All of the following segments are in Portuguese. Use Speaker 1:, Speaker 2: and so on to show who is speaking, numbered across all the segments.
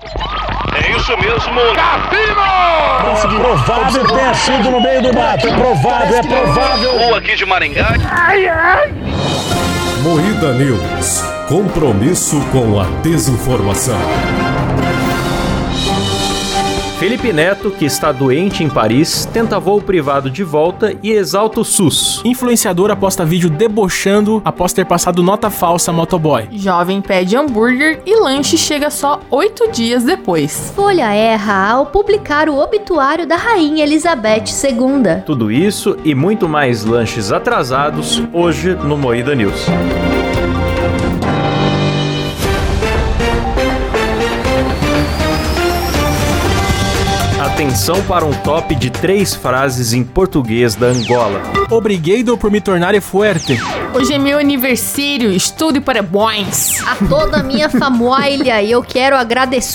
Speaker 1: É Isso mesmo. Cassino!
Speaker 2: Conseguiu. Provável que tenha sido no meio do mato. É provável, é provável.
Speaker 1: Ou aqui de Maringá.
Speaker 3: Moída News. Compromisso com a desinformação.
Speaker 4: Felipe Neto, que está doente em Paris, tenta voo privado de volta e exalta o SUS.
Speaker 5: Influenciador aposta vídeo debochando após ter passado nota falsa a motoboy.
Speaker 6: Jovem pede hambúrguer e lanche chega só oito dias depois.
Speaker 7: Folha erra ao publicar o obituário da Rainha Elizabeth II.
Speaker 4: Tudo isso e muito mais lanches atrasados hoje no Moída News. Atenção para um top de três frases em português da Angola.
Speaker 5: Obrigado por me tornar fuerte.
Speaker 6: Hoje é meu aniversário, estude para bons.
Speaker 7: A toda a minha família eu quero agradecer.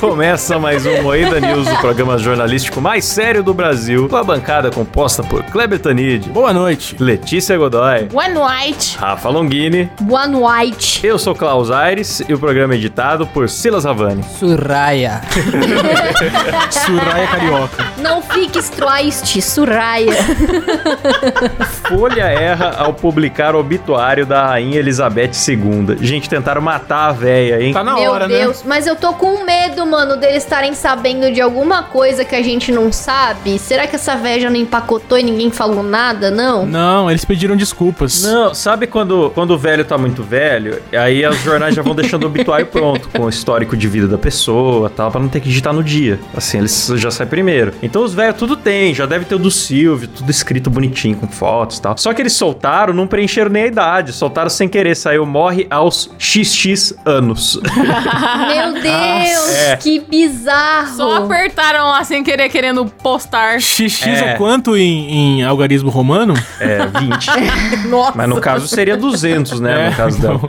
Speaker 4: Começa mais um Moeda News, o programa jornalístico mais sério do Brasil, com a bancada composta por Kleber Tanid,
Speaker 5: Boa noite.
Speaker 4: Letícia Godoy,
Speaker 6: Boa noite.
Speaker 4: Rafa Longini.
Speaker 7: Boa noite.
Speaker 4: Eu sou Klaus Aires e o programa é editado por Silas Havani.
Speaker 8: Surraia.
Speaker 5: Surraia Carioca.
Speaker 7: Não fiques triste, Suraya.
Speaker 4: Folha erra ao publicar o obituário da rainha Elizabeth II. Gente, tentaram matar a véia, hein?
Speaker 5: Tá na
Speaker 7: Meu
Speaker 5: hora, né?
Speaker 7: Deus, mas eu tô com medo, mano, deles estarem sabendo de alguma coisa que a gente não sabe. Será que essa véia já não empacotou e ninguém falou nada, não?
Speaker 5: Não, eles pediram desculpas.
Speaker 4: Não, sabe quando, quando o velho tá muito velho, aí os jornais já vão deixando o obituário pronto, com o histórico de vida da pessoa tal, pra não ter que digitar no dia. Assim, eles já saem primeiro. Então os velhos tudo tem, já deve ter o do Silvio, tudo escrito bonitinho, com fotos e tal. Só que eles soltaram, não preencheram nem a idade, soltaram sem querer, saiu morre aos XX anos.
Speaker 5: Ah,
Speaker 7: Meu Deus,
Speaker 4: é.
Speaker 7: que bizarro.
Speaker 6: Só apertaram lá sem querer, querendo postar.
Speaker 5: XX
Speaker 4: É.
Speaker 5: é quanto em, em algarismo romano?
Speaker 4: É, 20.
Speaker 6: Nossa.
Speaker 4: Mas no caso seria 200, né?
Speaker 5: É,
Speaker 4: no caso dela.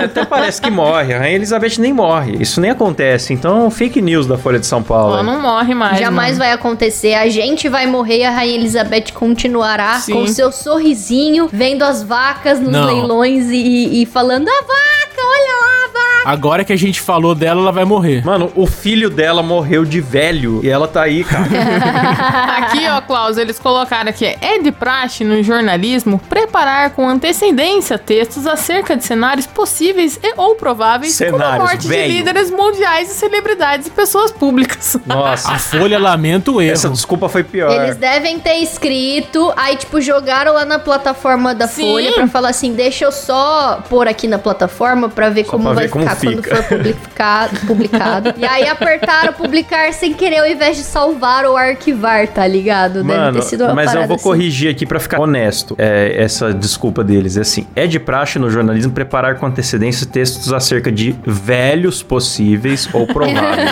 Speaker 4: É, Até parece que morre. A Rainha Elizabeth nem morre. Isso nem acontece. Então, fake news da Folha de São Paulo.
Speaker 6: Ela não morre mais.
Speaker 7: Jamais vai acontecer. A gente vai morrer e a Rainha Elizabeth continuará
Speaker 6: Sim.
Speaker 7: com seu sorrisinho, vendo as vacas nos
Speaker 5: Não.
Speaker 7: leilões e, e falando: a vaca, olha lá, a vaca.
Speaker 5: Agora que a gente falou dela, ela vai morrer.
Speaker 4: Mano, o filho dela morreu de velho e ela tá aí, cara.
Speaker 6: Aqui, ó, Klaus, eles colocaram aqui. É de praxe no jornalismo preparar com antecedência textos acerca de cenários possíveis e ou prováveis como a
Speaker 4: Cenários,
Speaker 6: morte
Speaker 4: velho.
Speaker 6: de líderes mundiais e celebridades e pessoas públicas.
Speaker 5: A
Speaker 4: Nossa,
Speaker 5: Folha lamenta o Ah, erro.
Speaker 4: essa desculpa foi pior.
Speaker 7: Eles devem ter escrito, aí, tipo, jogaram lá na plataforma da
Speaker 6: Sim.
Speaker 7: Folha pra falar assim: deixa eu só pôr aqui na plataforma pra ver como
Speaker 4: pra
Speaker 7: vai
Speaker 4: ver como
Speaker 7: ficar
Speaker 4: fica.
Speaker 7: quando for publicado. publicado. e aí apertaram publicar sem querer, ao invés de salvar ou arquivar, tá ligado?
Speaker 4: Mano, mas eu
Speaker 7: parada
Speaker 4: vou
Speaker 7: assim.
Speaker 4: corrigir aqui pra ficar honesto. É, essa desculpa deles é assim: é de praxe no jornalismo preparar com antecedência textos acerca de velhos possíveis ou prováveis.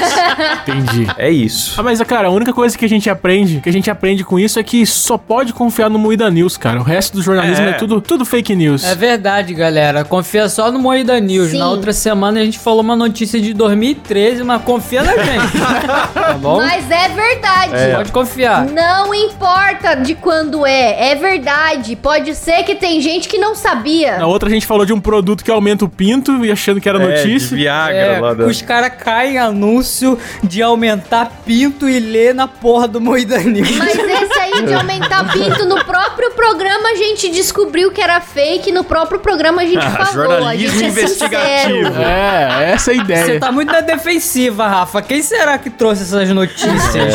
Speaker 5: Entendi.
Speaker 4: é isso.
Speaker 5: Ah, mas, cara, a única coisa que a gente aprende, que a gente aprende com isso é que só pode confiar no Moída News, cara. O resto do jornalismo
Speaker 4: É.
Speaker 5: é, tudo, tudo fake news.
Speaker 8: É verdade, galera. Confia só no Moída News.
Speaker 7: Sim.
Speaker 8: Na outra semana a gente falou uma notícia de 2013, mas confia na gente. tá bom?
Speaker 7: Mas é verdade.
Speaker 8: Pode confiar.
Speaker 7: Não importa de quando é, é verdade. Pode ser que tem gente que não sabia.
Speaker 5: Na outra a gente falou de um produto que aumenta o pinto e achando que era
Speaker 4: É, de
Speaker 5: notícia.
Speaker 4: Viagra
Speaker 8: É,
Speaker 4: lá da...
Speaker 8: os caras caem em anúncio de aumentar pinto e ler na porra do Moída News.
Speaker 7: Mas esse aí de aumentar pinto no próprio programa a gente descobriu que era fake. No próprio programa a gente
Speaker 4: Ah,
Speaker 7: falou. A gente é sincero.
Speaker 5: É, essa é a
Speaker 8: Você
Speaker 5: ideia.
Speaker 8: tá muito na defensiva, Rafa. Quem será que trouxe essas notícias?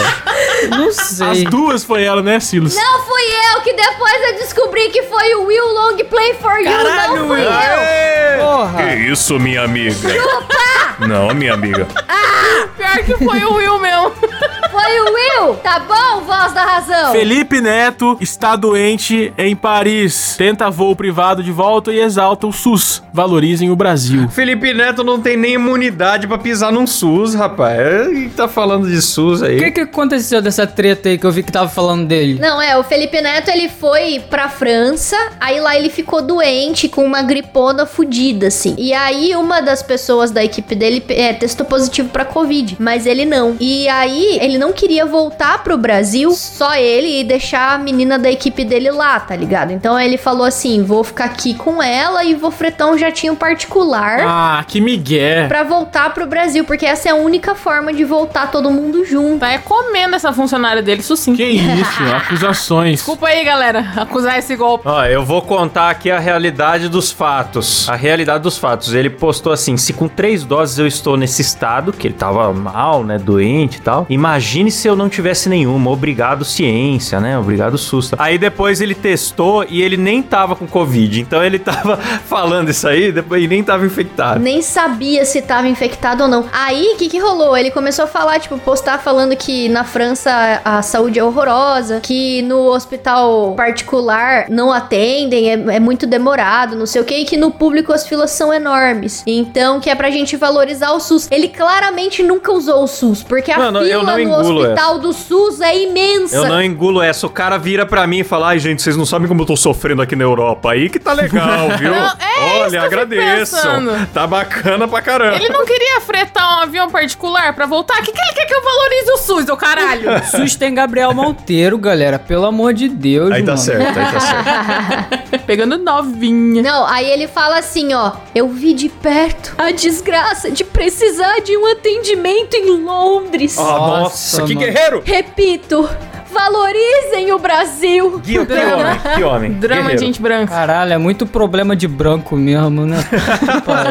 Speaker 8: Não
Speaker 5: As
Speaker 8: sei.
Speaker 5: duas foi ela, né, Silas?
Speaker 7: Não fui eu que depois eu descobri que foi o Will Long Play for You. Não
Speaker 8: Caralho,
Speaker 7: fui
Speaker 8: Will.
Speaker 7: eu.
Speaker 8: Porra.
Speaker 3: Que isso, minha amiga? Não, minha amiga.
Speaker 6: Pior que foi o Will mesmo.
Speaker 7: Foi o Will. Tá bom, voz da razão?
Speaker 5: Felipe Neto está doente em Paris. Tenta voo privado de volta e exalta o SUS. Valorizem o Brasil.
Speaker 4: Felipe Neto não tem nem imunidade pra pisar num SUS, rapaz. É, e tá falando de SUS
Speaker 8: O que,
Speaker 4: aí.
Speaker 8: que aconteceu dessa treta aí que eu vi que tava falando dele?
Speaker 7: Não, é, o Felipe Neto ele foi pra França, aí lá ele ficou doente com uma gripona fudida, assim. E aí uma das pessoas da equipe dele é, testou positivo pra Covid, mas ele não. E aí ele não queria voltar pro Brasil, só ele, e deixar a menina da equipe dele lá, tá ligado? Então ele falou assim: vou ficar aqui com ela e vou fretar um jatinho particular.
Speaker 5: Ah, que migué.
Speaker 7: Pra voltar pro Brasil, porque essa é a única forma de voltar todo mundo junto.
Speaker 6: Tá é comendo essa funcionária dele, isso sim.
Speaker 5: Que isso, acusações.
Speaker 6: Desculpa aí, galera, acusar esse golpe.
Speaker 4: Ó, eu vou contar aqui a realidade dos fatos. A realidade dos fatos. Ele postou assim: se com três doses eu estou nesse estado, que ele tava mal, né? Doente e tal. Imagine se eu não tivesse nenhuma. Obrigado, ciência, né? Obrigado, susta. Aí depois ele testou e ele nem tava com Covid. Então ele tava falando isso aí depois, e nem tava infectado.
Speaker 7: Nem sabia se tava infectado ou não. Aí, o que que rolou? Ele começou a falar, tipo, postar falando que na França a saúde é horrorosa, que no hospital particular não atendem, é, é muito demorado, não sei o que, e que no público as filas são enormes. Então, que é pra gente valorizar o SUS. Ele claramente nunca usou o SUS, porque a
Speaker 4: Mano, eu
Speaker 7: fila
Speaker 4: não
Speaker 7: no
Speaker 4: engulo
Speaker 7: hospital do SUS é imensa.
Speaker 4: Eu não engulo essa. O cara vira pra mim e fala: Ai, gente, vocês não sabem como eu tô sofrendo aqui na Europa. Aí que tá legal, viu?
Speaker 6: Não, é isso que eu
Speaker 4: Olha,
Speaker 6: fico
Speaker 4: agradeço.
Speaker 6: pensando.
Speaker 4: Tá bacana pra caramba.
Speaker 6: Ele não queria fretar um avião particular pra voltar? O que, que ele quer que eu valorize o SUS, ô caralho?
Speaker 8: SUS tem Gabriel Monteiro, galera. Pelo amor de Deus,
Speaker 3: Aí tá
Speaker 8: mano.
Speaker 3: certo, aí tá certo.
Speaker 6: Pegando novinha.
Speaker 7: Não, aí ele fala assim, ó. Eu vi de perto a desgraça de precisar de um atendimento em Londres.
Speaker 4: Ah, nossa,
Speaker 8: Nossa,
Speaker 4: que
Speaker 8: mano.
Speaker 4: guerreiro!
Speaker 7: Repito, valorizem o Brasil.
Speaker 4: Gui, que homem, que homem.
Speaker 6: Drama
Speaker 4: guerreiro.
Speaker 6: de gente branca.
Speaker 8: Caralho, é muito problema de branco mesmo, né?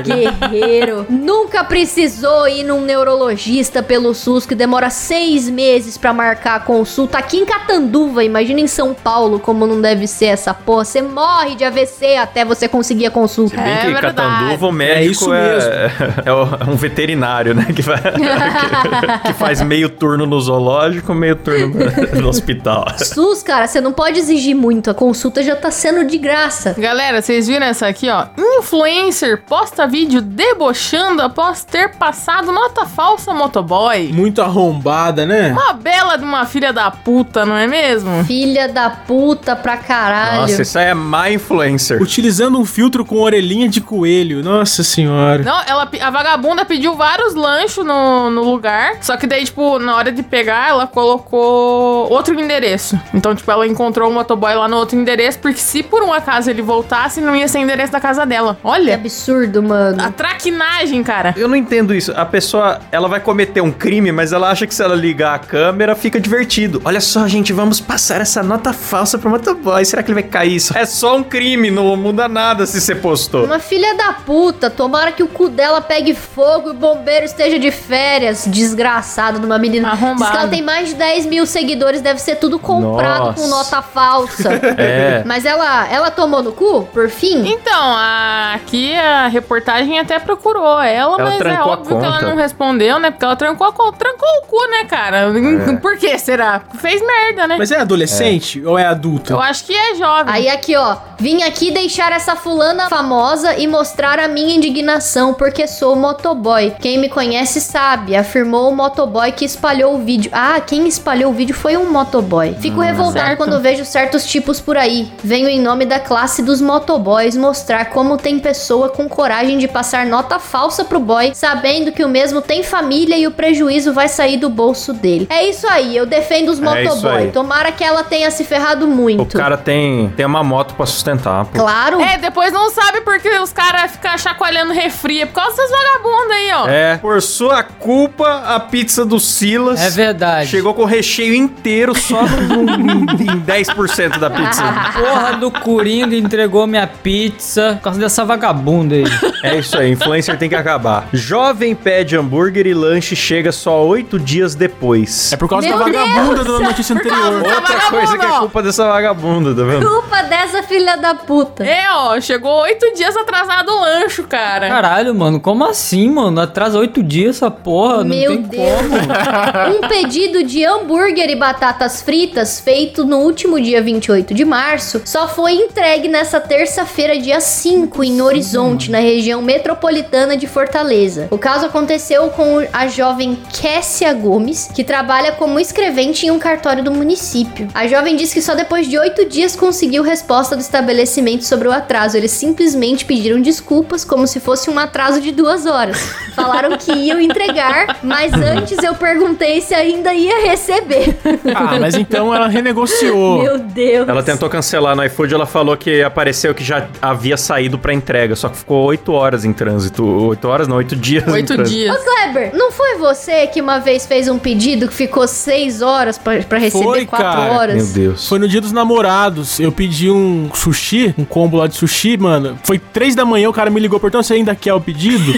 Speaker 7: Guerreiro. Nunca precisou ir num neurologista pelo SUS que demora seis meses pra marcar a consulta aqui em Catanduva. Imagina em São Paulo como não deve ser essa porra. Você morre de AVC até você conseguir a consulta.
Speaker 4: Se bem
Speaker 6: É
Speaker 4: que
Speaker 6: verdade.
Speaker 4: Catanduva, o médico é,
Speaker 8: isso
Speaker 4: é o- é um veterinário, né? Que, vai- que- que faz meio turno no zoológico, meio turno no- no hospital.
Speaker 7: É. SUS, cara, você não pode exigir muito. A consulta já tá sendo de graça.
Speaker 6: Galera, vocês viram essa aqui, ó? Influencer posta vídeo debochando após ter passado nota falsa motoboy.
Speaker 5: Muito arrombada, né?
Speaker 6: Uma bela de uma filha da puta, não é mesmo?
Speaker 7: Filha da puta pra caralho.
Speaker 4: Nossa, isso aí é má influencer.
Speaker 5: Utilizando um filtro com orelhinha de coelho. Nossa senhora.
Speaker 6: Não, ela, pe- a vagabunda pediu vários lanchos no, no lugar. Só que daí, tipo, na hora de pegar, ela colocou outro endereço. Então, tipo, ela encontrou o motoboy lá no outro endereço, porque se por um acaso ele voltasse, não ia ser endereço da casa dela.
Speaker 7: Que
Speaker 6: Olha,
Speaker 7: absurdo, mano.
Speaker 6: a traquinagem, cara.
Speaker 4: Eu não entendo isso. A pessoa, ela vai cometer um crime, mas ela acha que se ela ligar a câmera, fica divertido. Olha só, gente, vamos passar essa nota falsa pro motoboy. Será que ele vai cair isso? É só um crime, não muda nada se você postou.
Speaker 7: Uma filha da puta, tomara que o cu dela pegue fogo e o bombeiro esteja de férias. Desgraçado de uma menina.
Speaker 6: Arrombado.
Speaker 7: Diz que ela tem mais de 10 mil seguidores, deve ser tudo comprado
Speaker 4: Nossa.
Speaker 7: com nota falsa.
Speaker 4: É.
Speaker 7: Mas ela, ela tomou no cu, por fim?
Speaker 6: Então, a- aqui a reportagem até procurou ela,
Speaker 4: Ela
Speaker 6: mas é
Speaker 4: trancou a
Speaker 6: óbvio que ela
Speaker 4: conta.
Speaker 6: não respondeu, né? Porque ela trancou, a con- trancou o cu, né, cara?
Speaker 4: É.
Speaker 6: Por que será? Fez merda, né?
Speaker 5: Mas é adolescente ou é adulto?
Speaker 6: Eu acho que é jovem.
Speaker 7: Aí aqui, ó. Vim aqui deixar essa fulana famosa e mostrar a minha indignação porque sou motoboy. Quem me conhece sabe, afirmou o motoboy que espalhou o vídeo. Ah, quem espalhou o vídeo foi um motoboy. Fico
Speaker 4: Ah,
Speaker 7: revoltado
Speaker 6: certo.
Speaker 7: quando vejo certos tipos por aí. Venho em nome da classe dos motoboys mostrar como tem pessoa com coragem de passar nota falsa pro boy, sabendo que o mesmo tem família e o prejuízo vai sair do bolso dele. É isso aí, eu defendo os
Speaker 4: É isso
Speaker 7: motoboy.
Speaker 4: aí.
Speaker 7: Tomara que ela tenha se ferrado muito.
Speaker 4: O cara tem, tem uma moto pra sustentar. pô.
Speaker 7: Claro.
Speaker 6: É, depois não sabe porque os caras ficam chacoalhando refri. É por causa dessas vagabundas aí, ó.
Speaker 4: É. Por sua culpa, a pizza do Silas.
Speaker 8: É verdade.
Speaker 4: Chegou com o recheio inteiro só no- em 10% da pizza.
Speaker 8: Porra do Coringa entregou minha pizza por causa dessa vagabunda aí.
Speaker 4: É isso aí, influencer tem que acabar. Jovem pede hambúrguer e lanche chega só oito dias depois.
Speaker 5: É por causa
Speaker 7: Meu
Speaker 5: da vagabunda
Speaker 7: Deus!
Speaker 5: da notícia
Speaker 6: Por causa
Speaker 5: anterior.
Speaker 6: da-
Speaker 4: Outra coisa que é
Speaker 6: vagabundo!
Speaker 4: culpa dessa vagabunda, tá vendo?
Speaker 7: Culpa dessa filha da puta.
Speaker 6: É, ó, chegou oito dias atrasado o lancho, cara.
Speaker 8: Caralho, mano, como assim, mano? Atrasa oito dias essa porra, não
Speaker 7: Meu
Speaker 8: tem
Speaker 7: Deus.
Speaker 8: como.
Speaker 7: Um pedido de hambúrguer e batata batatas fritas feito no último dia 28 de março só foi entregue nessa terça-feira, dia 5, em Horizonte, na região metropolitana de Fortaleza. O caso aconteceu com a jovem Kessia Gomes, que trabalha como escrevente em um cartório do município. A jovem disse que só depois de oito dias conseguiu resposta do estabelecimento sobre o atraso. Eles simplesmente pediram desculpas, como se fosse um atraso de duas horas. Falaram que iam entregar, mas antes eu perguntei se ainda ia receber.
Speaker 5: Ah, mas então ela renegociou.
Speaker 7: Meu Deus.
Speaker 4: Ela tentou cancelar no iFood, ela falou que apareceu que já havia saído pra entrega, só que ficou 8 horas em trânsito. 8 horas não, 8 dias em
Speaker 6: Oito
Speaker 4: trânsito.
Speaker 7: Ô,
Speaker 6: dias.
Speaker 7: Kleber, não foi você que uma vez fez um pedido que ficou seis horas pra, pra receber
Speaker 5: Foi,
Speaker 7: quatro
Speaker 5: cara.
Speaker 4: Meu
Speaker 7: horas?
Speaker 4: Deus.
Speaker 5: Foi no dia dos namorados. Eu pedi um sushi, um combo lá de sushi, mano. Foi três da manhã, o cara me ligou, portão, você ainda quer o pedido?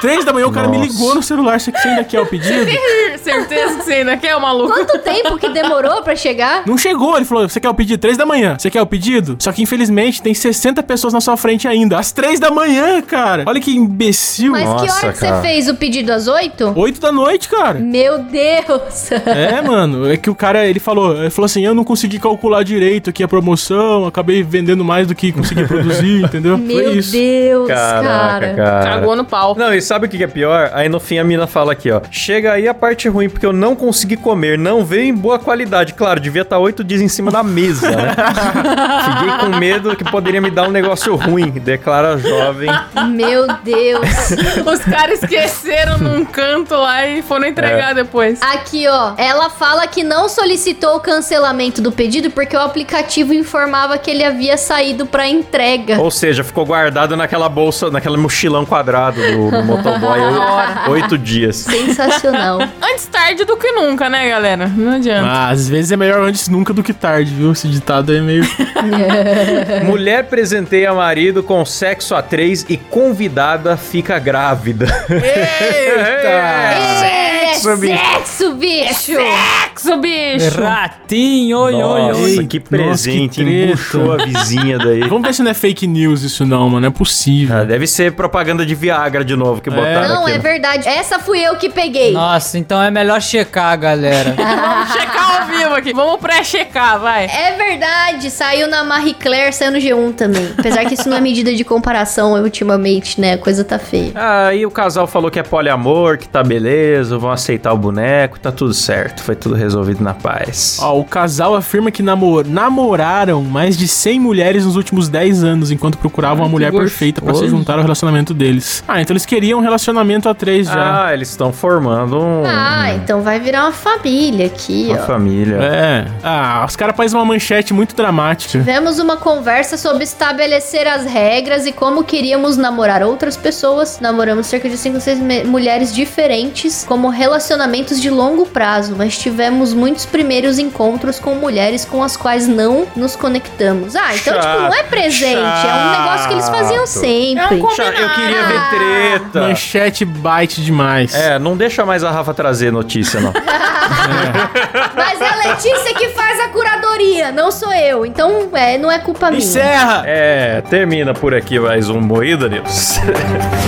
Speaker 5: Três da manhã, o cara me
Speaker 4: Nossa.
Speaker 5: ligou no celular, você você ainda quer o pedido?
Speaker 6: Certeza que é você ainda quer, maluco.
Speaker 7: Quanto tempo que demorou pra chegar?
Speaker 5: Não chegou, ele falou, você quer o pedido? Três da manhã, você quer o pedido? Só que infelizmente tem 60 pessoas na sua frente ainda, às três da manhã, cara. Olha que imbecil.
Speaker 7: Mas que
Speaker 4: Nossa,
Speaker 7: hora que você
Speaker 4: cara.
Speaker 7: fez o pedido? Às oito?
Speaker 5: Oito da noite, cara.
Speaker 7: Meu Deus!
Speaker 5: É, mano, é que o cara, ele falou, ele falou assim, eu não consegui calcular direito aqui a promoção, acabei vendendo mais do que consegui produzir, entendeu?
Speaker 7: Meu
Speaker 5: Foi isso.
Speaker 7: Deus,
Speaker 4: Caraca,
Speaker 7: cara.
Speaker 4: cara.
Speaker 6: Cagou no pau.
Speaker 4: Não, e sabe o que que é pior? Aí no fim a mina fala aqui, ó. Chega aí a parte ruim, porque eu não consegui comer, não veio em boa qualidade. Claro, devia estar oito dias em cima da mesa, né? Fiquei com medo que poderia me dar um negócio ruim, declara a jovem.
Speaker 7: Meu Deus.
Speaker 6: Os caras esqueceram num canto lá e foram
Speaker 4: É.
Speaker 6: entregar depois.
Speaker 7: Aqui, ó. Ela fala que não solicitou o cancelamento do pedido porque o aplicativo informava que ele havia saído pra entrega.
Speaker 4: Ou seja, ficou guardado naquela bolsa, naquela mochilão quadrado do, do motoboy oito, oito dias.
Speaker 7: Sensacional.
Speaker 6: Antes tarde do que nunca, né, galera? Não adianta.
Speaker 5: Ah, às vezes é melhor antes nunca do que tarde, viu? Esse ditado é meio.
Speaker 7: É,
Speaker 4: Mulher presenteia marido com sexo a três e convidada fica grávida. Eita!
Speaker 7: É sexo,
Speaker 4: Ah, bicho.
Speaker 7: bicho!
Speaker 4: Ah.
Speaker 6: Sexo, bicho!
Speaker 8: Ratinho, oi, oi,
Speaker 4: Nossa,
Speaker 8: oi.
Speaker 4: que
Speaker 5: que
Speaker 4: presente,
Speaker 5: treta.
Speaker 4: embuchou a vizinha daí.
Speaker 5: Vamos ver se não é fake news isso, não, mano. É possível.
Speaker 4: Ah, deve ser propaganda de Viagra de novo que botaram
Speaker 7: Não,
Speaker 4: aqui. né?
Speaker 7: é verdade. Essa fui eu que peguei.
Speaker 8: Nossa, então é melhor checar, galera.
Speaker 6: Vamos checar ao vivo aqui. Vamos pré-checar, vai.
Speaker 7: É verdade, saiu na Marie Claire, saiu no G1 também. Apesar que isso não é medida de comparação ultimamente, né? A coisa tá feia.
Speaker 4: Aí o casal falou que é poliamor, que tá beleza, vão aceitar o boneco, tá tudo certo. Foi tudo resolvido na paz.
Speaker 5: Ó, o casal afirma que namor- namoraram mais de 100 mulheres nos últimos 10 anos, enquanto procuravam uma mulher perfeita pra se
Speaker 4: gostoso.
Speaker 5: juntar ao relacionamento deles. Ah, então eles queriam um relacionamento a três já.
Speaker 4: Ah, eles estão formando um-
Speaker 7: Ah, então vai virar uma família aqui,
Speaker 4: uma
Speaker 7: ó.
Speaker 4: família.
Speaker 5: É. Ah, os caras fazem uma manchete muito dramática.
Speaker 7: Tivemos uma conversa sobre estabelecer as regras e como queríamos namorar outras pessoas. Namoramos cerca de 5 ou 6 mulheres diferentes, como relacionamentos de longo prazo, mas tivemos muitos primeiros encontros com mulheres com as quais não nos conectamos. Ah, então, tipo, não é presente, é um negócio que eles faziam
Speaker 4: chato.
Speaker 7: sempre.
Speaker 6: É um co-
Speaker 4: Puxa, eu queria ver treta.
Speaker 5: Manchete bite demais.
Speaker 4: Tá. É, não deixa mais a Rafa trazer notícia, não.
Speaker 7: Mas é a Letícia que faz a curadoria, não sou eu. Então, é, não é culpa minha.
Speaker 5: Encerra!
Speaker 4: é, termina por aqui mais um Moída News.